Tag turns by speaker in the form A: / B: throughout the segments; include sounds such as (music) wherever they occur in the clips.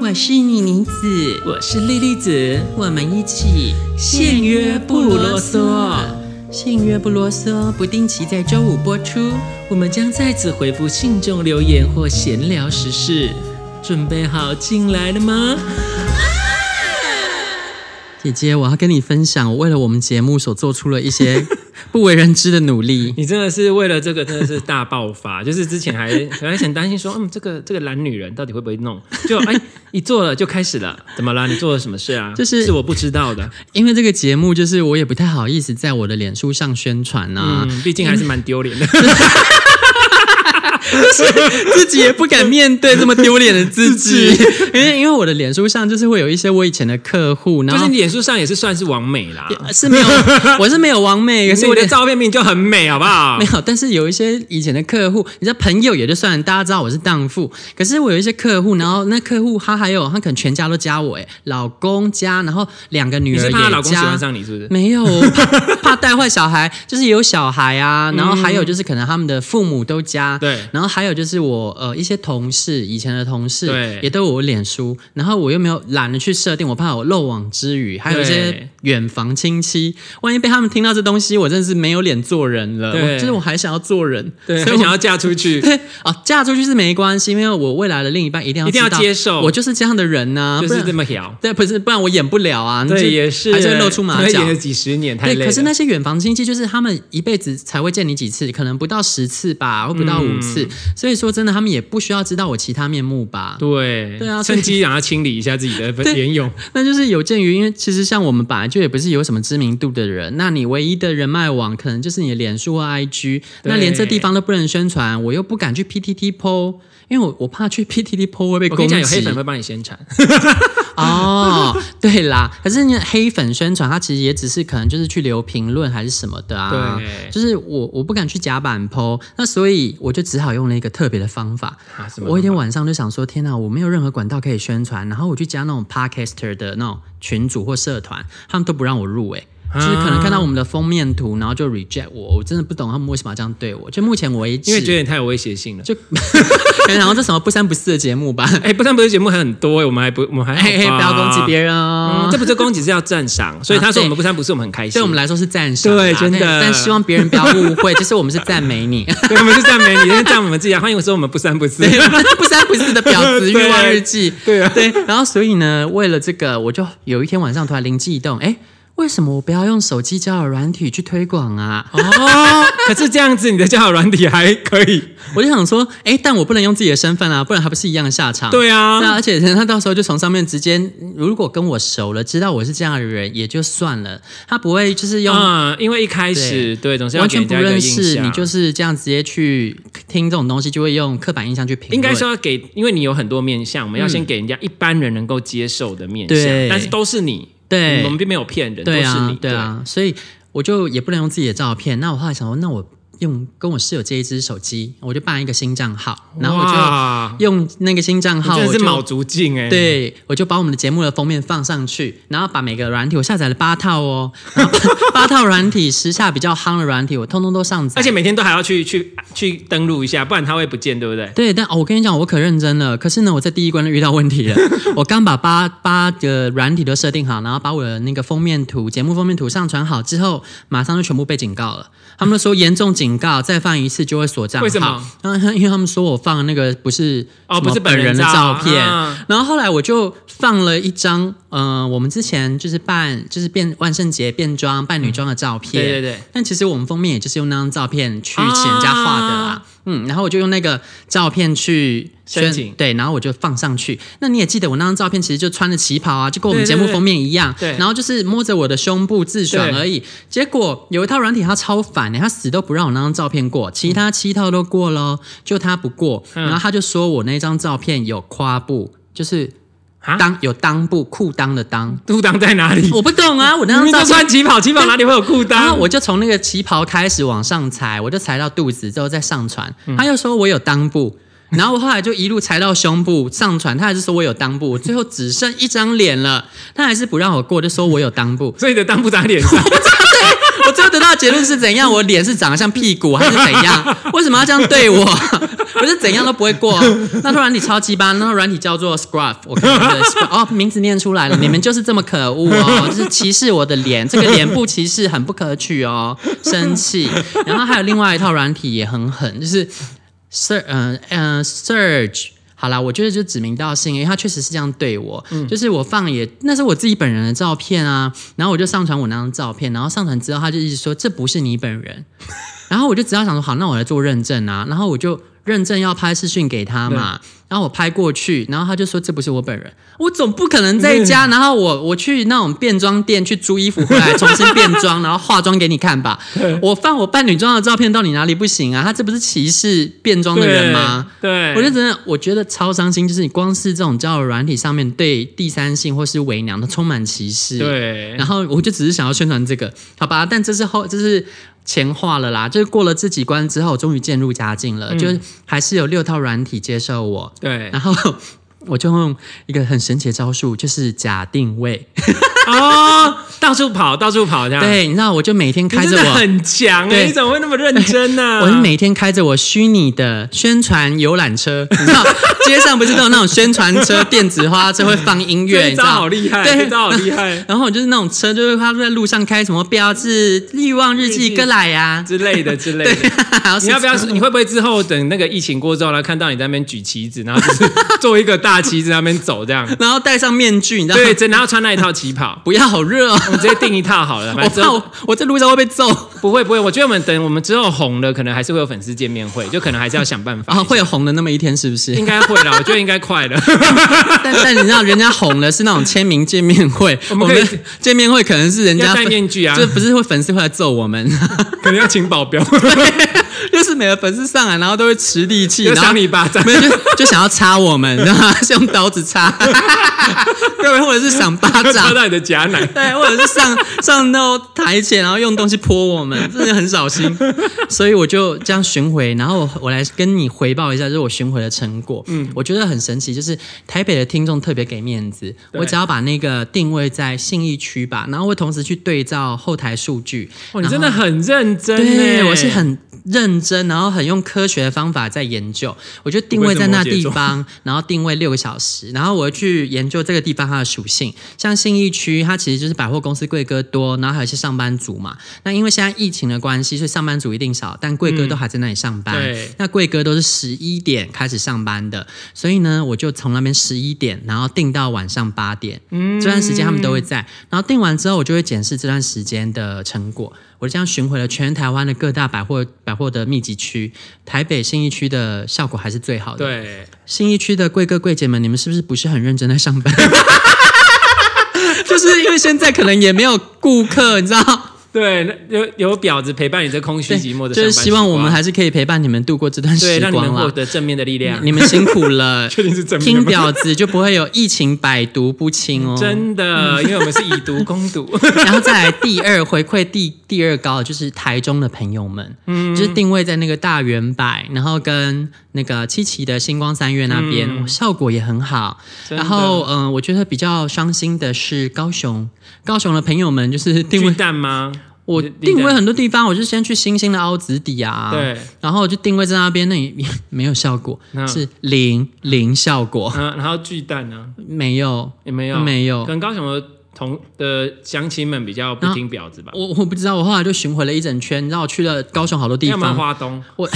A: 我是妮妮子，
B: 我是莉莉子，
A: 我们一起
B: 限约不啰嗦。
A: 信约不啰嗦，不定期在周五播出。
B: 我们将在此回复信众留言或闲聊时事。准备好进来了吗？
A: 啊姐姐，我要跟你分享，我为了我们节目所做出了一 (laughs) 些不为人知的努力。
B: 你真的是为了这个真的是大爆发， (laughs) 就是之前还本来想担心说，嗯，这个这个懒女人到底会不会弄？就哎，一做了就开始了，怎么啦？你做了什么事啊？
A: 就是
B: 是我不知道的，
A: 因为这个节目，就是我也不太好意思在我的脸书上宣传啊，
B: 嗯，毕竟还是蛮丢脸的。
A: 嗯
B: (laughs)
A: 自己也不敢面对这么丢脸的自己。因为因为我的脸书上就是会有一些我以前的客户，然
B: 就
A: 后
B: 是你脸书上也是算是完美啦，
A: 是
B: (laughs)
A: 没有，我是没有完美，可
B: 可
A: 是
B: 是
A: 我
B: 我
A: 的
B: 的照片明明就很美，好不好
A: (laughs) 没？有，但是有一些以前的客户，你知道朋友也就算了，大家知道我是荡妇，可是我有一些客户，然后那客户他还有他可能全家都加我，哎，老公加，然后两个女
B: 你
A: 儿
B: 是
A: 也
B: 怕
A: 加，
B: 她老公喜欢上你是不是？
A: 没有，我怕怕带坏小孩，就是也有小孩啊，然后还有就是可能他们的父母都加，
B: 嗯对
A: 然后还有就是我呃一些同事，以前的同事，
B: 对
A: 也都有我脸书，然后我又没有懒得去设定，我怕我漏网之鱼，还有一些
B: 对
A: 远房亲戚，万一被他们听到这东西，我真的是没有脸做人了，
B: 对
A: 我就是我还想要做人，
B: 对，
A: 所
B: 很
A: 以我
B: 想要嫁出
A: (laughs)
B: 去，
A: 对啊，嫁出去是没关系，因为我未来的另一半一定要
B: 一定要
A: 知道
B: 接受
A: 我就是这样的人呐、
B: 就
A: 不
B: 是
A: 然
B: 这么屌。
A: 对，不是，不然我演不了啊。就
B: 对，也是，
A: 还是会露出马
B: 对
A: 脚
B: 演。了几十年，太
A: 对，
B: 累
A: 可是
B: 了
A: 那些远房亲戚就是他们一辈子才会见你几次，可能不到十次吧，或不到五次。所以说真的，他们也不需要知道我其他面目吧。
B: 对
A: 对啊所以
B: 趁机让他清理一下自己的
A: 对
B: 脸勇。
A: 那就是有鉴于，因为其实像我们本来就也不是有什么知名度的人，那你唯一的人脉网可能就是你的脸书或 IG，
B: 对
A: 那连这地方都不能宣传，我又不敢去 PTT PO，因为我我怕去 PTT PO 会被
B: 我
A: 攻
B: 跟
A: 击。
B: 你讲，有黑粉会帮你宣传，
A: 哦，对啦，可是你黑粉宣传，它其实也只是可能就是去留评论还是什么的啊。
B: 对
A: 就是我我不敢去甲板 PO，那所以我就只好用了一个特别的方法。
B: 啊什么
A: 我有一天晚上就想说，天哪，我没有任何管道可以宣传，然后我去加那种 podcaster 的那种群组或社团，他们都不让我入诶、欸
B: 啊
A: 就是可能看到我们的封面图，然后就 reject 我，我真的不懂他们为什么要这样对我。就目前为止，
B: 因为觉得你太有威胁性了。
A: 就 (laughs) 然后这什么不三不四的节目吧，
B: 哎，不但不是节目还很多，欸我们还不我们还好
A: 嘿嘿，
B: 吧
A: 不要攻击别人哦。啊
B: 嗯这不是攻击，是要赞赏。所以他说我们不三不是，我们很开心。
A: 对我们来说是赞赏啦，
B: 对真的
A: 但但希望别人不要误会，就是我们是赞美你，
B: 对我们是赞美你，但是赞我们自己啊。欢迎说我们不三不四。
A: 对，我们 (laughs) 是不三不四的婊
B: (laughs)
A: 子欲
B: 对
A: 望日记，
B: 对啊
A: 对。然后所以呢，为了这个，我就有一天晚上突然灵机一动，哎，为什么我不要用手机交友软体去推广啊？
B: 哦，可是这样子你的交友软体还可以。
A: 我就想说，哎，但我不能用自己的身份啊，不然还不是一样的下场？
B: (laughs) 对啊
A: 那而且他到时候就从上面直接，如果跟我熟了，知道我是这样的人，也就算了，他不会就是用
B: 嗯，因为一开始对总是要
A: 完
B: 给
A: 全
B: 人
A: 不
B: 家一个
A: 认
B: 印
A: 识，
B: 象。
A: 你就是这样直接去听这种东西，就会用刻板印象去评论。嗯
B: 应该说要给，因为你有很多面相，我们要先给人家一般人能够接受的面
A: 对
B: 相，但是都是你，
A: 对
B: 我们并没有骗人，都
A: 对
B: 是
A: 啊
B: 你，，
A: 对啊，所以我就也不能用自己的照片。那我后来想说，那我用跟我室友借一只手机，我就办一个新账号，
B: 对。
A: 然后我
B: 哇
A: 就用那个新账
B: 你
A: 号，我
B: 真的是
A: 就
B: 卯足劲哎，，
A: 对，我就把我们的节目的封面放上去，然后把每个软体我下载了八套哦，然后八套软体，时下比较夯的软体，我通通都上载
B: 而。且每天都还要去去去登录一下，不然他会不见，对不对？
A: 对，但哦，我跟你讲，我可认真了。可是呢，我在第一关就遇到问题
B: (laughs)
A: 了。我刚把八八个软体都设定好，然后把我的那个封面图、节目封面图上传好之后，马上就全部被警告了。他们说严重警告，再放一次就会锁账号。
B: 为什么
A: 嗯？因为他们说我放的那个不是
B: 哦
A: 什么
B: 不是本
A: 本人
B: 人
A: 的
B: 照
A: 照片。
B: 啊
A: 然后后来我就放了一张，嗯、我们之前就是办就是变万圣节变装扮女装的照片。
B: 对对对。
A: 但其实我们封面也就是用那张照片去请人家画的啦。
B: 啊
A: 嗯，然后我就用那个照片去宣
B: 申请
A: 对，然后我就放上去。那你也记得我那张照片，其实就穿着旗袍啊，就跟我们
B: 对
A: 节
B: 对
A: 目
B: 对
A: 封面一样。
B: 对
A: 然后就是摸着我的胸部自爽
B: 对
A: 而已。结果有一套软体它超烦的、它死都不让我那张照片过，其他七套都过咯，就它不过。
B: 嗯
A: 然后他就说我那张照片有胯部，就是
B: 啊
A: 裆有裆部，裤裆的裆。
B: 裤裆在哪里？
A: 我不懂啊，我那
B: 明
A: 张照
B: 明都
A: 片
B: 穿旗
A: (laughs)
B: 袍，旗袍哪里会有裤
A: 然
B: 裆？
A: 啊后我就从那个旗袍开始往上裁，我就裁到肚子之后再上传。他又说我有裆部，然后我后来就一路裁到胸部上传，他还是说我有裆部，最后只剩一张脸了，他还是不让我过，就说我有裆部。
B: 所以你的裆部长在脸
A: (laughs)
B: 上，
A: 我最后得到的结论是怎样？我脸是长得像屁股还是怎样？为什么要这样对我？ (laughs) 可是怎样都不会过、啊。那套软体超鸡巴，那套软体叫做 Scruff，我看到的 Scruff 哦，名字念出来了，你们就是这么可恶哦，就是歧视我的脸，这个脸部歧视很不可取哦，生气。然后还有另外一套软体也很狠，就是 Sur 嗯、嗯 Surge。好啦，我觉得就指名道姓，因为他确实是这样对我，就是我放也那是我自己本人的照片啊，然后我就上传我那张照片，然后上传之后他就一直说这不是你本人，然后我就只好想说好，那我来做认证啊，然后我就认证要拍视讯给他嘛，然后我拍过去，然后他就说这不是我本人，我总不可能在家，然后我我去那种变装店去租衣服回来重新变装，然后化妆给你看吧，我放我扮女装的照片到底哪里不行啊？他这不是歧视变装的人吗？
B: 对，
A: 我就真的我觉得超伤心，就是你光是这种交友软体上面对第三性或是伪娘，它充满歧视。，
B: 对，
A: 然后我就只是想要宣传这个，好吧？但这是后这是前话了啦，就是过了这几关之后，我终于渐入佳境了，就是还是有六套软体接受我，
B: 嗯对
A: 然后我就用一个很神奇的招数，就是假定位。
B: 哦，到处跑，到处跑这样。，
A: 对，你知道，我就每天开
B: 啊真
A: 着
B: 的
A: 我。
B: 很强哎，
A: 对
B: 你怎么会那么认真啊呢？
A: (laughs) 我是每天开着我虚拟的宣传游览车，你知道街上不是都有那种宣传车、 (laughs) 电子花车会放音乐，
B: 这
A: 你
B: 一
A: 知
B: 招
A: 道
B: 好？厉害，
A: 对
B: 这一招好
A: (laughs)
B: 厉害
A: 然后我就是那种车，就是他在路上开什么标志“欲望日
B: 日
A: 记“
B: 记”、
A: 哥来啊呀
B: 之类的之”，类
A: 对
B: 的。，
A: 然后
B: 你要不要？
A: 是
B: 你会不会之后等那个疫情过之后，然后看到你在那边举旗子，然后就是 (laughs) 做一个大旗子在那边走这样？
A: 然后戴上面具，你知道
B: 对，
A: 吗？
B: 真的要穿那一套旗
A: (laughs)
B: 袍。
A: 不要好热哦，
B: 我们直接订一套好了，
A: 我
B: (laughs) 反
A: 怕
B: 正
A: 我我在路上会被揍
B: 不会不会，我觉得我们等我们之后红了，可能还是会有粉丝见面会，就可能还是要想办法。
A: 啊，会有红的那么一天是不是
B: 应？该会啦，我觉得应该快了。
A: (laughs) 但但你知道，人家红的是那种签名见面会，
B: (laughs) 我
A: 我
B: 们
A: 们
B: 可以
A: 见面会可能是人
B: 要
A: 家
B: 戴面具啊
A: 就不是会粉丝会来揍我们，
B: 可能要请保镖，
A: 就是每个粉丝上来，然后都会持地气，
B: 就
A: 然后
B: 赏你一巴掌。
A: 没有就就想要插我们，然后是 (laughs) 用刀子插，对，或者是赏巴
B: 插
A: 掌，
B: 到你的假
A: (laughs)
B: 奶，
A: 对，或者是上上到台前，然后用东西泼我们，真的很小心。 (laughs) 所以我就这样巡回，然后我我来跟你回报一下，就是我巡回的成果。嗯，我觉得很神奇，就是台北的听众特别给面子，
B: 对
A: 我只要把那个定位在信义区吧，然后会同时去对照后台数据。
B: 哇，哦你
A: 然后
B: 真的很认真欸
A: 对，
B: 呢。
A: 我是很认真，然后很用科学的方法在研究。我就定位在那地
B: (laughs)
A: 方，然后定位六个小时，然后我去研究这个地方它的属性。像信义区，它其实就是百货公司贵哥多，然后还有一些上班族嘛。那因为现在疫情的关系，所以上班族一定少，但贵哥都还在那里上班。
B: 嗯对
A: 那贵哥都是十一点开始上班的，所以呢，我就从那边十一点，然后定到晚上八点。嗯，这段时间他们都会在。然后定完之后，我就会检视这段时间的成果。我就这样巡回了全台湾的各大百货百货的密集区，台北信义区的效果还是最好的。，
B: 对，
A: 信义区的贵哥贵姐们，你们是不是不是很认真在
B: (laughs)
A: 上班？ (laughs) 就是因为现在可能也没有顾客，你知道，
B: 对，那有有婊子陪伴你这空虚寂寞的上班时光，
A: 就是希望我们还是可以陪伴你们度过这段
B: 对，
A: 时
B: 让你们
A: 光
B: 获
A: 啦。
B: 得正面的力量。
A: 你们辛苦
B: (laughs)
A: 了，
B: 确定是正面
A: 听
B: 吗？
A: 婊子就不会有疫情百毒不侵哦。
B: 真的，因为我们是以毒攻
A: (laughs)
B: 毒。
A: 然后再来第二回馈第第二高的就是台中的朋友们，
B: 嗯
A: 就是定位在那个大圆柏，然后跟那个七期的星光三月那边，
B: 嗯
A: 哇效果也很好。
B: 真的
A: 然后嗯、呃我觉得比较伤心的是高雄，高雄的朋友们就是定
B: 巨
A: 位
B: 蛋吗？
A: 我
B: 你的
A: 定位很多地方，我就先去星星的凹子底啊，
B: 对，
A: 然后我就定位在那边，那也 (laughs) 也没有效果，
B: 嗯
A: 是零零效果，
B: 嗯，然后巨蛋呢？
A: 没有。
B: 也没有，
A: 没有
B: 可能高雄的同的乡亲们比较不听婊子吧。
A: 我我不知道，我后来就巡回了一整圈，你知道我去了高雄好多地
B: 要么
A: 方，
B: 花东，
A: 我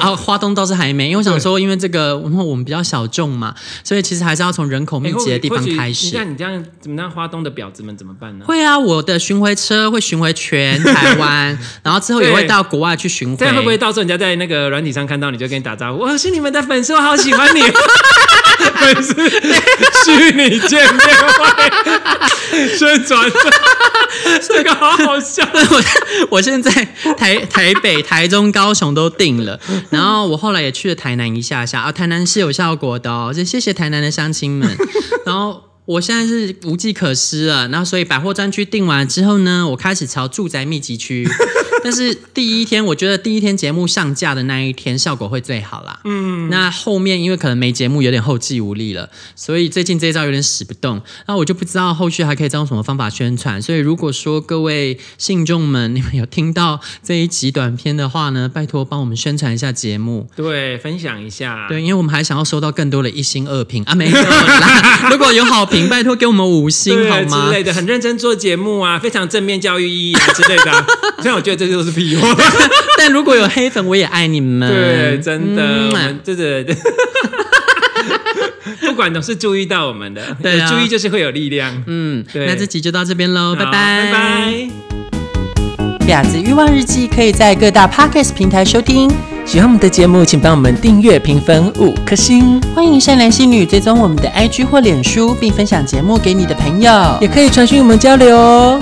A: 啊，花东倒是还没，因为我想说，因为这个因为我们比较小众嘛，所以其实还是要从
B: 哎
A: 人口密集的地方开始。
B: 那你这样怎么让花东的婊子们怎么办呢？
A: 会啊，我的巡回车会巡回全台
B: (laughs)
A: 湾，然后之后也会到国外去巡回。
B: 这样会不会到时候人家在那个软体上看到你就跟你打招呼？我是你们的粉丝，我好喜欢你。粉丝虚拟见面会宣传，这个好好笑。
A: (laughs) 我我现在台台北、台中、高雄都定了，然后我后来也去了台南一下下啊，台南是有效果的哦，就谢谢台南的乡亲们。然后我现在是无计可施了，然后所以百货专区定完之后呢，我开始朝住宅密集区，但是第一天，我觉得第一天节目上架的那一天效果会最好啦。嗯，那后面因为可能没节目，有点后继无力了，所以最近这一招有点使不动。那我就不知道后续还可以再用什么方法宣传。所以如果说各位信众们，你们有听到这一集短片的话呢，拜托帮我们宣传一下节目。
B: 对，分享一下。
A: 对，因为我们还想要收到更多的一星二评啊，没有啦。 (laughs) 如果有好评，拜托给我们五星
B: 对
A: 好吗
B: 之？类的，很认真做节目啊，非常正面教育意义啊之类的啊、 (laughs) 虽然我觉得这些都是屁话，
A: 但如果有黑粉，我也爱你们。
B: 对，真的，
A: 嗯
B: 我们这个 (laughs) 不管总是注意到我们的，
A: 对啊
B: 有注意就是会有力量。
A: 嗯，
B: 对
A: 那这集就到这边喽，拜
B: 好
A: 拜，
B: 拜拜。
C: 婊子欲望日记可以在各大 podcast 平台收听。喜欢我们的节目，请帮我们订阅、评分五颗星。欢迎善良心女追踪我们的 IG 或脸书，并分享节目给你的朋友，也可以传讯我们交流哦。